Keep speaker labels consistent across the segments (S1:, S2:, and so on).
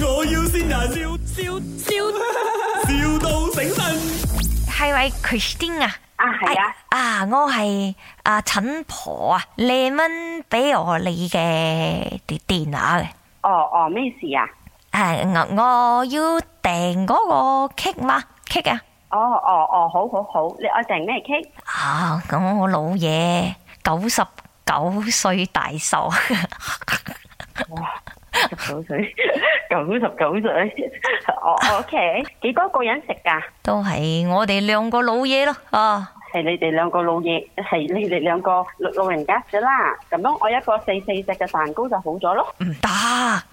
S1: 要先人，笑笑笑，笑到醒神。
S2: 係咪 Christine 啊？
S3: 啊，係啊，
S2: 哎啊，我係啊陳婆啊，你蚊俾我你嘅啲電話嘅。
S3: 哦哦，咩事啊？
S2: 誒、我我要訂嗰個 cake 嘛，cake 啊，
S3: 哦哦哦，好好好，你愛訂咩 cake？
S2: 啊，咁我老嘢九十九歲大壽，
S3: 十九歲， 九十九歲， 哦，OK，幾多個人食㗎？
S2: 都係我哋兩個老嘢咯，啊，
S3: 係你哋兩個老嘢，係你哋兩個老老人家啫啦。咁樣我一個四四隻嘅蛋糕就好咗咯。
S2: 唔得，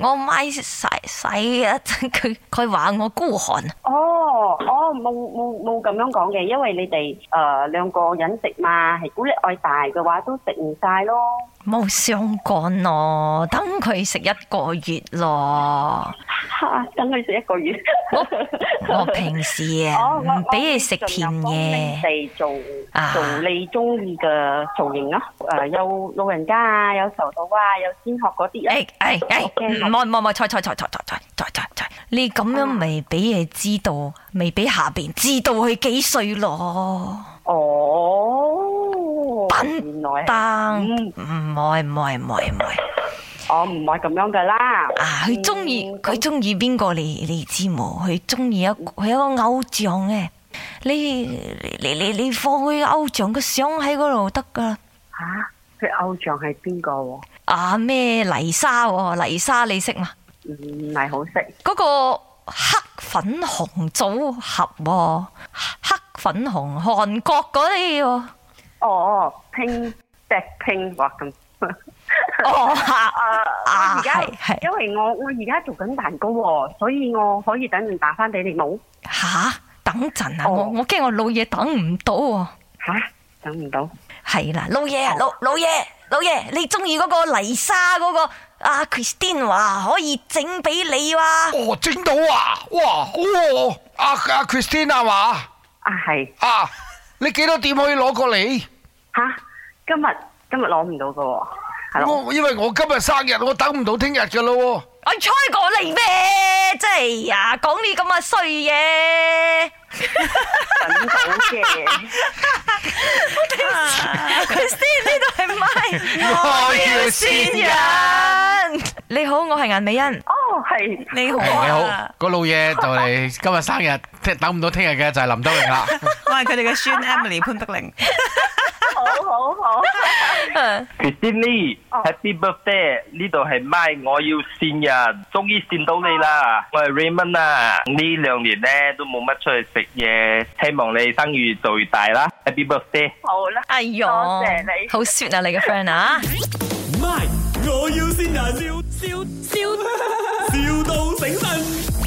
S2: 我買晒晒一陣，佢佢話我孤寒，
S3: 哦哦，冇冇冇咁樣講嘅，因為你哋誒兩個人食嘛，係估你愛大嘅話都食唔晒咯。
S2: 冇相干咯，等佢食一個月咯，
S3: 嚇，等佢食一個月。
S2: 我平時啊
S3: 哦，我
S2: 唔俾你食甜嘢。
S3: 地做
S2: 啊
S3: 做你中意嘅造型咯。誒，有老人家啊，有壽到啊，有仙鶴嗰啲啊。
S2: 诶诶诶，
S3: 我驚
S2: 哎唔好唔好唔好，錯錯錯錯錯錯錯錯錯，你咁樣
S3: 嗯
S2: 咪俾嘢知道，未俾下邊知道佢幾歲咯？
S3: 哦，
S2: 笨
S3: 原來係
S2: 但唔
S3: 嗯
S2: 係唔係唔係唔係
S3: 我唔係咁樣噶啦。
S2: 啊！佢中意
S3: 嗯
S2: 佢中意邊個你你知冇？佢中意一佢有一個偶像嘅，你你你你你放佢偶像嘅相喺嗰度得噶。
S3: 吓，佢偶像係邊個喎？
S2: 啊咩泥沙喎？泥沙你識嘛？
S3: 唔係好識。
S2: 嗰個黑粉紅組合喎，黑粉紅韓國嗰 啲喎。
S3: 哦拼石拼哇咁。
S2: 哦，嚇
S3: 啊！我而家
S2: 係係
S3: 因為我我而家做緊蛋糕喎，所以我可以等陣打翻俾你冇
S2: 吓，等陣啊，
S3: 哦
S2: 我我驚我老嘢等唔到喎。
S3: 吓，等唔到。
S2: 係啦，老嘢啊，
S3: 哦
S2: 老老嘢，老嘢，你中意嗰個泥沙嗰、個啊 Christine 話可以整俾你哇、
S4: 哦，整到啊！哇，哦，阿阿 Christine 啊嘛，
S3: 啊係。
S4: 啊，你幾多點可以攞過嚟？
S3: 吓，今日今日攞唔到噶喎，係咯，
S4: 我因為我今日生日，我等唔到聽日噶咯喎。
S2: 我猜過你咩？真係呀，講啲咁嘅衰嘢，
S3: 等到 嘅。
S2: 啊 Christine 呢度係咪？
S4: 我要
S2: 人，你好，我係顏美欣。
S3: 哦，係，
S2: 你好、
S4: 誒
S2: 啊，
S4: 你好，個老嘢就嚟今日生日，聽等唔到聽日嘅就係林德榮啦。
S5: 我係佢哋嘅孫 Emily 潘碧玲。
S3: 好好好。
S2: 嗯
S6: Christine
S3: 哦
S6: Happy Birthday！呢度係 My，我要線人，終於線到你啦！我係 Raymond 啊，呢兩年咧都冇乜出去食嘢，希望你生意越做越大啦！Happy Birthday！
S3: 好啦，
S2: 哎呦，
S3: 多謝你
S2: 好 sweet 啊，你嘅 friend 啊。
S1: My，我要先人，笑笑笑，笑到醒神。